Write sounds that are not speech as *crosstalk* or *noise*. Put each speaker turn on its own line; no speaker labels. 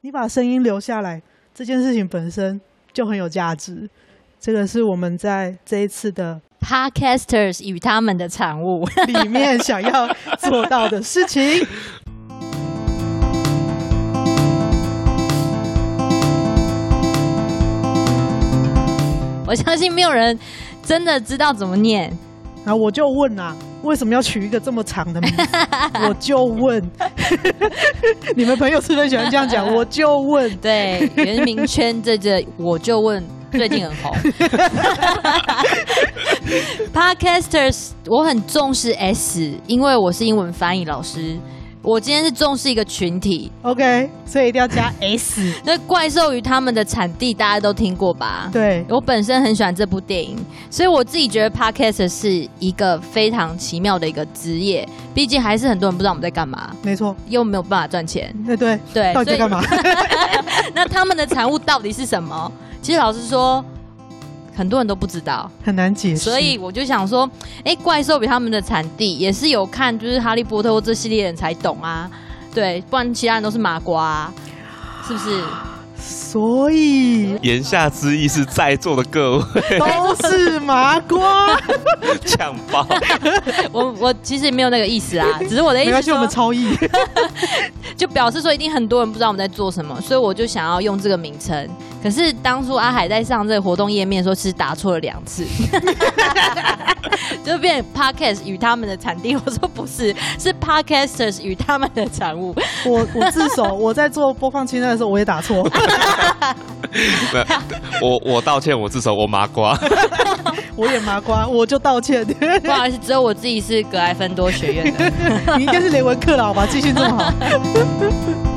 你把声音留下来，这件事情本身就很有价值。这个是我们在这一次的
Podcasters 与他们的产物。
里面想要做到的事
*laughs*
情。
我相信没有人真的知道怎么念。
然后我就问啊，为什么要取一个这么长的名字？我就问，
*laughs*
你们朋友是不是喜欢这样讲？我就问，
对，原名圈这这，我就问，最近很红。Podcasters，我很重视 S，因为我是英文翻译老师。我今天是重视一个群体，
OK，所以一定要加 S。
那怪兽与他们的产地大家都听过吧？
对，
我本身很喜欢这部电影，所以我自己觉得 podcast 是一个非常奇妙的一个职业。毕竟还是很多人不知道我们在干嘛，
没错，
又没有办法赚钱。
那对，
对，
到底在干嘛？
*laughs* 那他们的产物到底是什么？其实老实说，很多人都不知道。
*laughs* 很难解释。
所以我就想说，哎、怪兽比他们的产地也是有看，就是《哈利波特》这系列的人才懂啊，对，不然其他人都是麻瓜、啊，是不是？
所
*laughs*
以
言下之意是在座的各位 *laughs*
都是麻瓜。
呛爆，
我我其实也没有那个意思啊，只是我的意
没
思
关系，我
说
们，超译。
就表示说一定很多人不知道我们在做什么，所以我就想要用这个名称。可是当初阿海在上这个活动页面的时候，其实打错了两次，就变 podcast 与他们的产地。我说不是，是 podcasters 与他们的产物。
我我自首，我在做播放清单的时候我也打错， *laughs*
我我道歉，我自首，我麻瓜。
我也麻瓜，我就道歉。 *laughs*
不好意思，只有我自己是格莱芬多学院的。
你应该是雷文克劳吧？记性这么好。